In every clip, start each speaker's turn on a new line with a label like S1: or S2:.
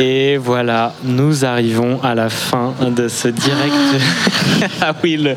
S1: Et voilà, nous arrivons à la fin de ce direct. ah oui, le,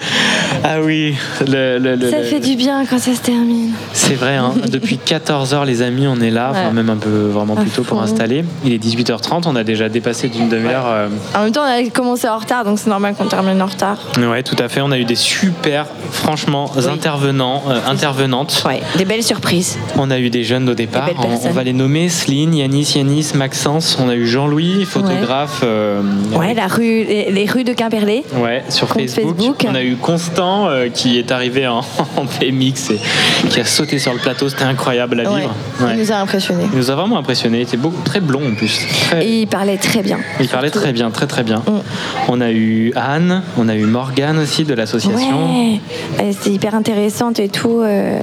S1: ah oui, le, le- le-
S2: Ça
S1: le-
S2: fait du bien quand ça se termine.
S1: c'est vrai, hein. depuis 14h les amis, on est là, enfin,
S2: Ouais. Ah,
S1: même un peu vraiment
S2: À
S1: plus tôt pour
S2: fond.
S1: installer. Il est 18h30, on a déjà dépassé d'une demi-heure. euh,
S2: En même temps, on a commencé en retard, donc c'est normal qu'on termine en retard.
S1: Ouais, tout à fait, on a eu des super, franchement, intervenants, euh, intervenantes.
S2: Ouais, des belles surprises.
S1: On a eu des jeunes au départ,
S2: Des belles
S1: on, on va
S2: personnes.
S1: les nommer, Céline, Yanis, Yanis, Maxence, on a eu Jean-Louis, photographe. euh,
S2: Ouais, la rue, les, les rues de Quimperlé.
S1: Ouais, sur
S2: Compte
S1: Facebook,
S2: Facebook.
S1: On a eu Constant euh, qui est arrivé en, en PMX et qui a sauté sur le plateau. C'était incroyable à vivre. Ouais.
S2: Il nous a impressionnés.
S1: Il nous a vraiment impressionné. Il était beaucoup, très blond en plus. Très-
S2: Et il parlait très bien.
S1: il parlait très bien, très très bien.
S2: Mm.
S1: On a eu Anne, on a eu Morgane aussi de l'association.
S2: Ouais, Elle, c'est hyper intéressante et tout. euh,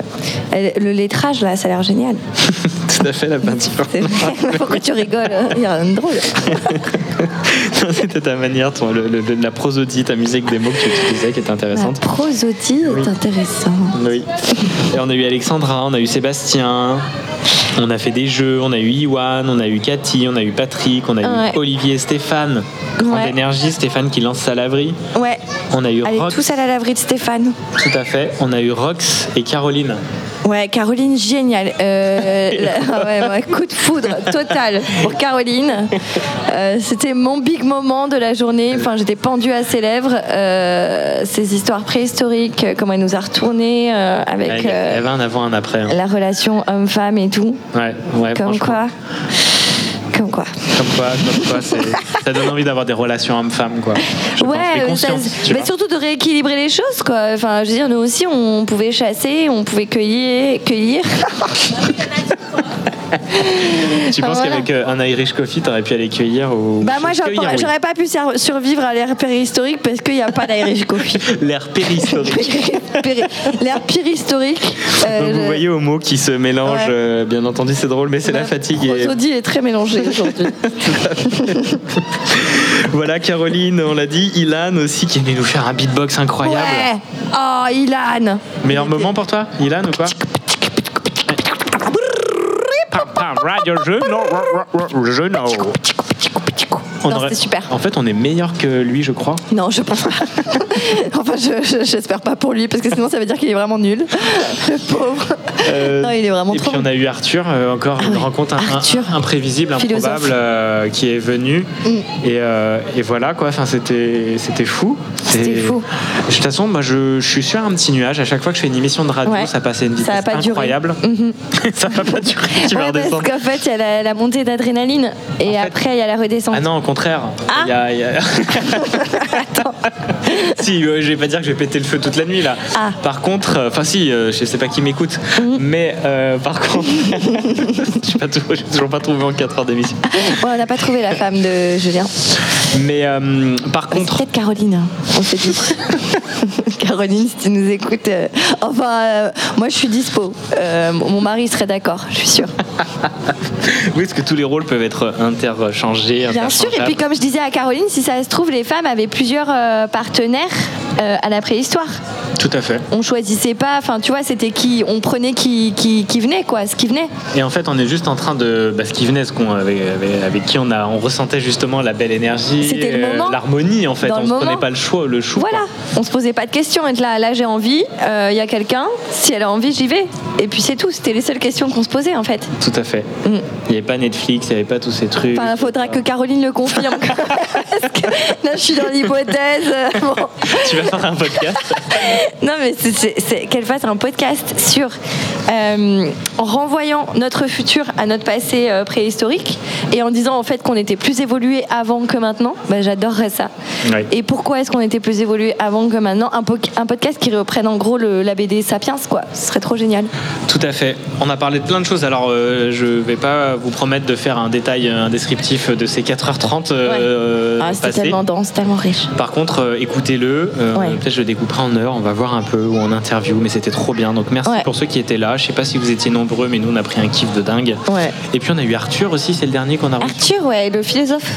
S2: elle- le lettrage là, ça a l'air génial.
S1: Tout à fait la peinture.
S2: C'est vrai. Pourquoi tu rigoles hein Il y a rien de drôle.
S1: C'était ta manière, ton- le- le- la prosodie, ta musique des mots que tu utilisais qui était
S2: La
S1: intéressante.
S2: prosodie
S1: Oui.
S2: est intéressante.
S1: Oui. Et on a eu Alexandra, on a eu Sébastien, on a fait des jeux, on a eu Iwan, on a eu Cathy, on a eu Patrick, on a
S2: Ouais.
S1: eu Olivier, Stéphane, grande
S2: Ouais.
S1: énergie, Stéphane qui lance sa laverie.
S2: Ouais.
S1: On a eu
S2: Allez,
S1: Rox,
S2: tous à la laverie de Stéphane.
S1: tout à fait. On a eu Rox et Caroline.
S2: Ouais, Caroline, génial. Euh, la- ouais, ouais, coup de foudre total pour Caroline. Euh, C'était mon big moment de la journée. Enfin, j'étais pendue à ses lèvres. Euh, ces histoires préhistoriques, euh, comment elle nous a retournées euh,
S1: Ouais,
S2: avec
S1: Il y a- il y
S2: euh,
S1: avait un avant, un après. hein.
S2: la relation homme-femme et tout.
S1: Ouais, ouais,
S2: Comme
S1: franchement.
S2: quoi. Comme quoi.
S1: Comme quoi, comme quoi, c'est- ça donne envie d'avoir des relations hommes-femmes, quoi. Je pense, des
S2: ouais, ça-
S1: consciences, tu
S2: mais
S1: vois.
S2: surtout de rééquilibrer les choses, quoi. Enfin, je veux dire, nous aussi, on pouvait chasser, on pouvait cueillir. cueillir.
S1: Tu penses
S2: voilà.
S1: qu'avec euh, un Irish Coffee, t'aurais pu aller cueillir ou
S2: Bah, moi, j'aurais
S1: Cueillir,
S2: pas-
S1: oui.
S2: j'aurais pas pu sur- survivre à l'ère périhistorique parce qu'il n'y a pas d'Irish coffee.
S1: L'ère périhistorique.
S2: Péri- L'ère périhistorique. euh,
S1: Donc vous
S2: le-
S1: voyez aux mots qui se mélangent,
S2: Ouais.
S1: euh, bien entendu c'est drôle, mais c'est la fatigue. et-
S2: prosodie est très mélangée aujourd'hui.
S1: Voilà Caroline, on l'a dit, Ilan aussi qui est venu nous faire un beatbox incroyable.
S2: Ouais. Oh, Ilan.
S1: Meilleur moment pour toi, Ilan ou quoi Pam, pam, Radio je know, je know. On
S2: Non,
S1: aurait-
S2: c'était super.
S1: En fait, on est meilleur que lui, je crois.
S2: Non, je pense pas. enfin, je- je- j'espère pas pour lui parce que sinon, ça veut dire qu'il est vraiment nul. Le pauvre.
S1: Euh,
S2: non, il est vraiment
S1: Et
S2: trop. Ah
S1: puis on a eu Arthur, euh, encore une
S2: ouais,
S1: rencontre un- un-
S2: Arthur,
S1: imprévisible,
S2: philosophe. Mm.
S1: improbable, euh, qui est venu. Et, euh, et voilà quoi, enfin, c'était c'était fou.
S2: C'était
S1: Et-
S2: fou.
S1: De toute façon, moi je, je suis sur un petit nuage. À chaque fois que je fais une émission de radio,
S2: Ouais.
S1: ça passait une vitesse
S2: Ça a pas duré.
S1: incroyable. ça va pas durer, tu vas
S2: Ouais, parce
S1: redescendre.
S2: qu'en fait, il y a la, la montée d'adrénaline et
S1: En fait-
S2: après, il y a la redescente.
S1: Ah non, au contraire.
S2: Ah.
S1: Il y a- il y a- si, euh, je vais pas dire que je vais péter le feu toute la nuit là.
S2: Ah. Mhm.
S1: Par contre, euh, enfin si, euh, je sais pas qui m'écoute, mais euh, par contre, je n'ai toujours pas trouvé en 4 heures d'émission.
S2: Ouais, Oh, on n'a pas trouvé la femme de Julien.
S1: Mais euh, par
S2: C'est
S1: contre,
S2: peut-être Caroline, hein, on s'est dit. Caroline, si tu nous écoutes. euh, enfin, euh, moi, je suis dispo. Euh, mon mari serait d'accord, je suis sûre.
S1: oui, parce que tous les rôles peuvent être interchangés.
S2: Bien sûr, et puis comme je disais à Caroline, si ça se trouve, les femmes avaient plusieurs euh, partenaires euh, à la préhistoire.
S1: Tout à fait.
S2: On choisissait pas, enfin, tu vois, c'était qui, on prenait qui, qui, qui venait, quoi, ce qui venait.
S1: Et en fait, on est juste en train de. Bah, ce qui venait, ce qu'on, avec, avec, avec qui on, a, on ressentait justement la belle énergie,
S2: C'était le
S1: euh,
S2: moment.
S1: l'harmonie en fait.
S2: Dans
S1: on
S2: le
S1: ne
S2: moment.
S1: prenait pas le choix, le choix.
S2: Voilà, on se posait pas de questions. Et là, là j'ai envie, euh, il y a quelqu'un, si elle a envie, j'y vais. Et puis c'est tout, c'était les seules questions qu'on se posait en fait.
S1: Tout à fait. Il
S2: Mm.
S1: n'y avait pas Netflix, il n'y avait pas tous ces trucs.
S2: Enfin, faudra que Caroline le confirme. Parce que là, je suis dans l'hypothèse. Bon.
S1: Tu vas faire un podcast
S2: Non, mais c'est- c'est c'est qu'elle fasse un podcast sur euh, en renvoyant notre futur à notre passé euh, préhistorique et en disant en fait qu'on était plus évolué avant que maintenant. Bah, J'adorerais ça.
S1: Ouais.
S2: Et pourquoi est-ce qu'on était plus évolué avant que maintenant un, po- un podcast qui reprenne en gros le- la BD Sapiens, quoi. Ce serait trop génial.
S1: Tout à fait. On a parlé de plein de choses. Alors, euh, je vais pas vous promettre de faire un détail, un descriptif de ces 4h30 euh,
S2: ah, c'est
S1: passées.
S2: tellement dense, tellement riche.
S1: Par contre, euh, écoutez-le. Euh,
S2: Ouais.
S1: Peut-être je le découperai en heure. On va voir un peu ou en interview. Mais c'était trop bien. Donc merci
S2: Ouais.
S1: pour ceux qui étaient là. Je sais pas si vous étiez nombreux, mais nous on a pris un kiff de dingue.
S2: Ouais.
S1: Et puis on a eu Arthur aussi. C'est le dernier qu'on a reçu.
S2: Arthur, ouais, le philosophe.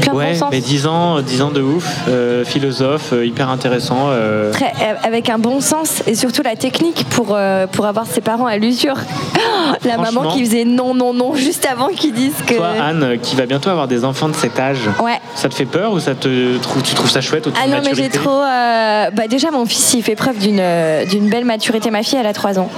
S2: aucun
S1: ouais,
S2: bon sens.
S1: mais 10 ans, 10 ans de ouf, euh, philosophe, euh, hyper intéressant. euh,
S2: Très- avec un bon sens et surtout la technique pour, euh, pour avoir ses parents à l'usure. La maman
S1: Franchement.
S2: qui faisait non, non, non juste avant qu'ils disent que.
S1: Toi, Anne, qui va bientôt avoir des enfants de cet âge,
S2: Ouais.
S1: ça te fait peur ou ça te trouve, tu trouves ça chouette ou tu
S2: Ah non, mais j'ai trop. euh, bah déjà, mon fils, il fait preuve d'une euh, d'une belle maturité. Ma fille, elle a 3 ans.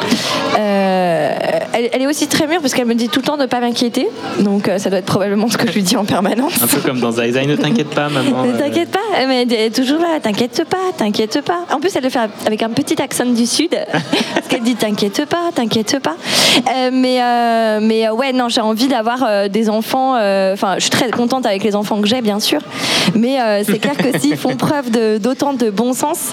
S2: Euh, elle, elle est aussi très mûre parce qu'elle me dit tout le temps de ne pas m'inquiéter. Donc, euh, ça doit être probablement ce que je lui dis en permanence.
S1: Un peu comme dans Zaïzaï, ne t'inquiète pas, maman.
S2: Ne
S1: euh,
S2: t'inquiète pas, mais elle est toujours là, t'inquiète pas, t'inquiète pas. En plus, elle le fait avec un petit accent du sud, parce qu'elle dit t'inquiète pas, t'inquiète pas. Euh, mais euh, mais euh, ouais, non, j'ai envie d'avoir euh, des enfants. euh, Enfin, je suis très contente avec les enfants que j'ai, bien sûr. Mais euh, c'est clair que s'ils font preuve de- d'autant de, bon sens,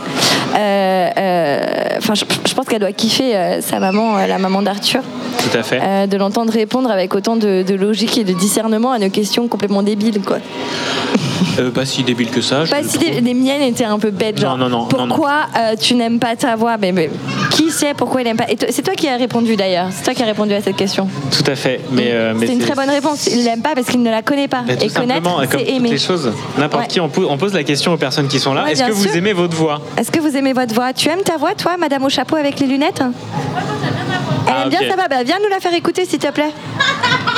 S2: euh, euh, enfin, je, je pense qu'elle doit kiffer euh, sa maman, euh, la maman d'Arthur.
S1: Tout à fait.
S2: Euh, de l'entendre répondre avec autant de, de logique et de discernement à nos questions complètement débiles, quoi.
S1: Euh, pas si débile que ça. je
S2: Pas
S1: le
S2: si
S1: trouve.
S2: les, les miennes étaient un peu bêtes, genre.
S1: Non, non, non, non, non.
S2: pourquoi euh, tu n'aimes pas ta voix mais, mais qui sait pourquoi il n'aime pas Et toi- C'est toi qui as répondu d'ailleurs. C'est toi qui as répondu à cette question.
S1: Tout à fait. Mais, euh, mais
S2: Mm. c'est une très bonne réponse. Il l'aime pas parce qu'il ne la connaît pas.
S1: Mais tout
S2: Et connaître,
S1: simplement, euh, comme
S2: c'est
S1: toutes
S2: aimer.
S1: les choses, n'importe
S2: Ouais.
S1: qui, on pose, on pose la question aux personnes qui sont là.
S2: Ouais,
S1: Est-ce
S2: bien
S1: que
S2: sûr.
S1: vous aimez votre voix
S2: Est-ce que vous aimez votre voix Tu aimes ta voix, toi, Madame au chapeau avec les lunettes Elle
S1: Ah,
S2: aime bien
S1: ok.
S2: ta voix. Bah, viens nous la faire écouter, s'il te plaît.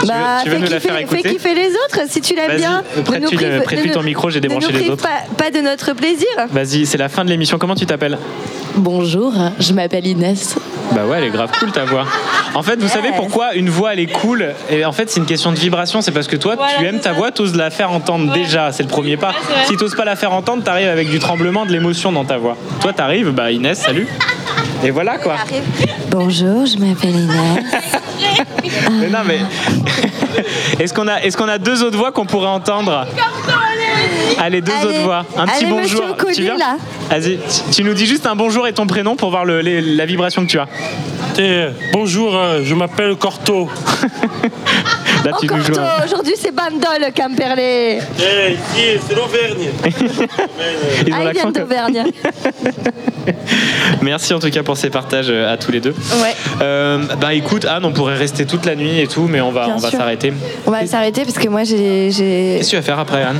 S2: Bah,
S1: tu veux
S2: fais
S1: nous la
S2: kiffer-
S1: faire écouter
S2: Fais kiffer les autres si tu l'aimes
S1: Vas-y,
S2: bien. Ne
S1: prête-tu
S2: nous
S1: le-
S2: prive- ne
S1: prête-tu
S2: nous-
S1: ton micro, j'ai
S2: ne nous
S1: débranché les
S2: prive
S1: autres.
S2: Pas, pas de notre plaisir.
S1: Vas-y, c'est la fin de l'émission. Comment tu t'appelles
S3: Bonjour, je m'appelle Inès.
S1: Bah ouais, elle est grave cool ta voix. En fait, vous savez pourquoi une voix elle est cool Et en fait, c'est une question de vibration. C'est parce que toi,
S4: Voilà,
S1: tu aimes
S4: c'est
S1: ta
S4: ça.
S1: voix, t'oses la faire entendre déjà. C'est le premier pas.
S4: Ouais, c'est vrai.
S1: si t'oses pas la faire entendre, t'arrives avec du tremblement, de l'émotion dans ta voix. Toi, t'arrives, bah Inès, salut. Ah. Et voilà quoi.
S2: Bonjour, je m'appelle Inès.
S1: Ah, Mais non, mais. Est-ce qu'on a, est qu'on a deux autres voix qu'on pourrait entendre Allez, deux
S2: Allez.
S1: autres voix. Un petit
S2: Allez, monsieur
S1: bonjour.
S2: Colli,
S1: tu viens
S2: là.
S1: Vas-y, tu- tu nous dis juste un bonjour et ton prénom pour voir le- les- la vibration que tu as.
S5: Et bonjour, euh, je m'appelle Corto.
S1: Là, tu nous
S2: Encore
S1: joues un-
S2: tôt, aujourd'hui c'est Bandol Camperlé.
S5: Eh, ici, c'est l'Auvergne.
S1: ils ont
S2: Ah, il
S1: l'accent
S2: vient
S1: comme-
S2: d'Auvergne.
S1: Merci en tout cas pour ces partages euh, à tous les deux.
S2: Ouais.
S1: Euh, bah écoute, Anne, on pourrait rester toute la nuit et tout, mais on va,
S2: Bien
S1: on va
S2: sûr.
S1: s'arrêter.
S2: On va s'arrêter parce que moi j'ai, j'ai-
S1: Qu'est-ce que tu vas faire après, Anne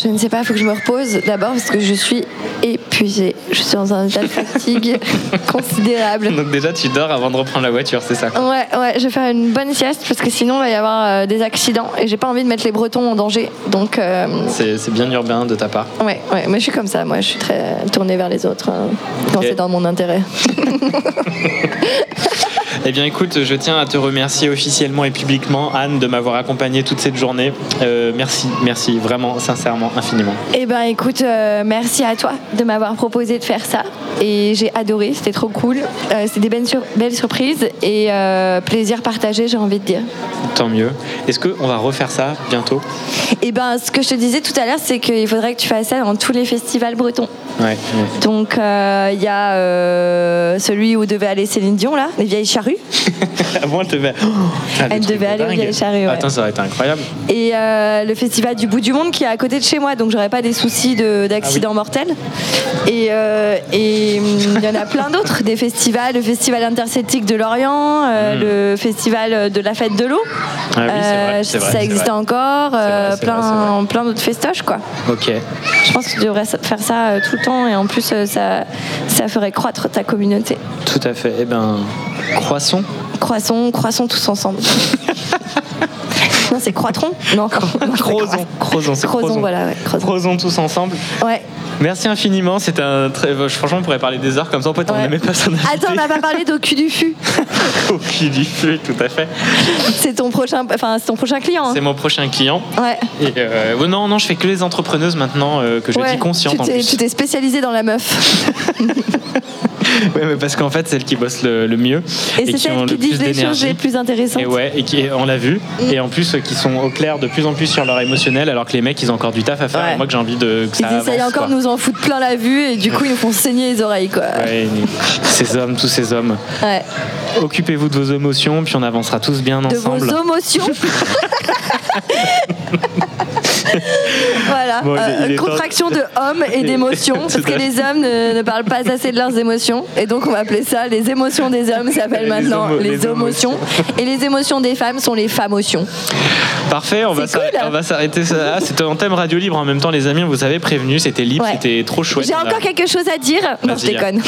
S2: je ne sais pas, il faut que je me repose d'abord parce que je suis épuisée. Je suis dans un état de fatigue considérable.
S1: Donc déjà, tu dors avant de reprendre la voiture, c'est ça
S2: Ouais, ouais, je vais faire une bonne sieste parce que sinon il va y avoir euh, des accidents et j'ai pas envie de mettre les Bretons en danger. Donc euh,
S1: C'est c'est bien urbain de ta part.
S2: ouais, ouais, moi je suis comme ça, moi je suis très tournée vers les autres hein, quand
S1: Ok.
S2: c'est dans mon intérêt.
S1: Eh bien écoute, je tiens à te remercier officiellement et publiquement, Anne, de m'avoir accompagné toute cette journée. Euh, merci, merci, vraiment, sincèrement, infiniment.
S2: Eh ben écoute, euh, merci à toi de m'avoir proposé de faire ça. Et j'ai adoré, c'était trop cool. Euh, c'est des belles, sur- belles surprises et euh, plaisir partagé, j'ai envie de dire.
S1: Tant mieux. Est-ce qu'on va refaire ça bientôt
S2: Eh ben ce que je te disais tout à l'heure, c'est qu'il faudrait que tu fasses ça dans tous les festivals bretons.
S1: Ouais. ouais.
S2: Donc euh, il y a euh, celui où devait aller Céline Dion, là, les vieilles charrues.
S1: Avant, elle devait... Oh, putain, des
S2: Elle
S1: trucs
S2: devait
S1: de
S2: aller au
S1: dingue.
S2: Vieille Charrue, ouais.
S1: Attends, ça aurait été incroyable.
S2: Et euh, le festival du bout du monde qui est à côté de chez moi, donc j'aurais pas des soucis de- d'accident
S1: Ah
S2: mortel. Et euh, et, hum, il y en a plein d'autres, des festivals, le festival interceltique de Lorient, euh, le festival de la fête de l'eau.
S1: Hmm. Ah oui, c'est vrai,
S2: Euh,
S1: c'est vrai,
S2: ça
S1: c'est
S2: existe
S1: vrai.
S2: encore, euh,
S1: vrai, c'est
S2: plein,
S1: vrai, c'est
S2: plein d'autres festoches quoi.
S1: Ok.
S2: Je pense que tu devrais faire ça euh, tout le temps et en plus euh, ça, ça ferait croître ta communauté.
S1: Tout à fait. Eh ben, croissons.
S2: Croissons, croissons tous ensemble. non, c'est croîtrons Non,
S1: Crozon. Crozon, c'est
S2: Crozon,
S1: Crozon.
S2: voilà, ouais, Crozon.
S1: Crozon tous ensemble.
S2: Ouais.
S1: Merci infiniment. C'était un très. euh, Franchement, on pourrait parler des heures comme ça. En fait, on
S2: Ouais.
S1: n'a même pas son
S2: Attends, on n'a pas parlé d'au cul du fût.
S1: Au cul du feu, tout à fait.
S2: C'est ton prochain, enfin c'est ton prochain client. hein.
S1: C'est mon prochain client.
S2: Ouais.
S1: Et euh, ouais, non, non, je fais que les entrepreneuses maintenant euh, que je
S2: Ouais.
S1: dis consciente
S2: tu
S1: en
S2: t'es-
S1: plus.
S2: Tu t'es spécialisé dans la meuf.
S1: Ouais, mais parce qu'en fait, c'est elle qui bosse le, le mieux
S2: Et, c'est
S1: qui ont
S2: celle qui
S1: le
S2: dit
S1: plus
S2: les choses
S1: d'énergie.
S2: les plus Mm. intéressantes.
S1: Et ouais, et qui, et on l'a vu. Et en plus, euh, qui sont au clair de plus en plus sur leur émotionnel, alors que les mecs, ils ont encore du taf à faire.
S2: Ouais.
S1: Et moi, que j'ai envie de que ça
S2: Ils
S1: avance.
S2: essayent
S1: quoi.
S2: encore de nous en foutre plein la vue et du coup ils nous font saigner les oreilles quoi.
S1: Ouais, ces hommes, tous ces hommes.
S2: Ouais.
S1: Occupez-vous de vos émotions, puis on avancera tous bien
S2: De vos
S1: ensemble.
S2: émotions. Voilà,
S1: Bon, il est-
S2: euh,
S1: il est temps-
S2: contraction de hommes et d'émotions, parce que les hommes ne, ne parlent pas assez de leurs émotions, et donc on va appeler ça les émotions des hommes s'appellent
S1: Les
S2: maintenant
S1: homo-
S2: les,
S1: les
S2: homotions, et les émotions des femmes sont les famotions.
S1: Parfait, on va
S2: C'est cool. hein.
S1: s'arrêter- on va s'arrêter ça. là. C'était un thème radio libre en même temps, les amis. On vous avez prévenu, c'était libre,
S2: Ouais.
S1: c'était trop chouette.
S2: J'ai
S1: On a-
S2: encore quelque chose à dire. Non,
S1: Vas-y.
S2: je déconne.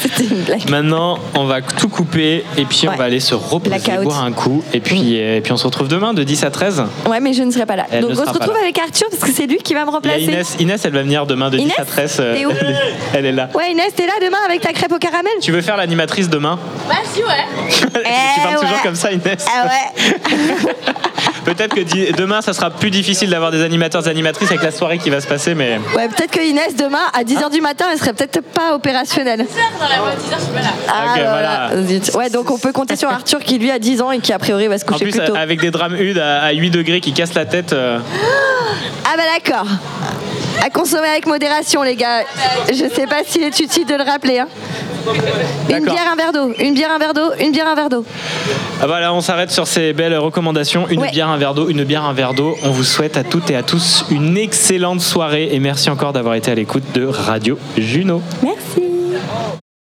S2: C'était une blague.
S1: Maintenant, on va tout couper et puis on
S2: Ouais. Mm.
S1: va aller se reposer,
S2: Blackout.
S1: boire un coup et puis, euh, et puis on se retrouve demain de 10 à 13.
S2: Ouais, mais je ne serai pas là.
S1: Elle
S2: donc
S1: ne
S2: on se
S1: sera pas
S2: retrouve
S1: là.
S2: avec Arthur, parce que c'est lui qui va me
S1: Il y a
S2: remplacer.
S1: Inès, Inès, elle va venir demain de 10
S2: Inès,
S1: à 13. euh,
S2: t'es où
S1: elle, est- elle est là.
S2: Ouais, Inès, t'es là demain avec ta crêpe au caramel
S1: Tu veux faire l'animatrice demain
S3: Bah si, ouais.
S1: Tu parles toujours
S2: Eh ouais.
S1: comme ça, Inès.
S2: Ah ouais.
S1: Peut-être que di- demain, ça sera plus difficile d'avoir des animateurs et animatrices avec la soirée qui va se passer, mais
S2: Ouais, peut-être que Inès, demain, à 10h du matin, elle serait peut-être pas opérationnelle.
S3: Dans la boîte, 10 heures, je suis pas là.
S2: Ah,
S1: Ok,
S2: voilà.
S1: voilà.
S2: Zut. Ouais, donc on peut compter sur Arthur qui lui a 10 ans et qui a priori va se
S1: en
S2: coucher
S1: plus,
S2: plus tôt.
S1: avec des drames UD à, à 8 degrés qui cassent la tête. euh,
S2: Ah bah d'accord. À consommer avec modération, les gars. Je sais pas s'il est utile de le rappeler. hein. Une
S1: D'accord.
S2: bière, un verre d'eau. Une bière, un verre d'eau. Une bière, un verre d'eau.
S1: Ah, Voilà, on s'arrête sur ces belles recommandations. Une
S2: Ouais.
S1: bière, un verre d'eau, une bière, un verre d'eau. On vous souhaite à toutes et à tous une excellente soirée et merci encore d'avoir été à l'écoute de Radio Juno.
S2: Merci.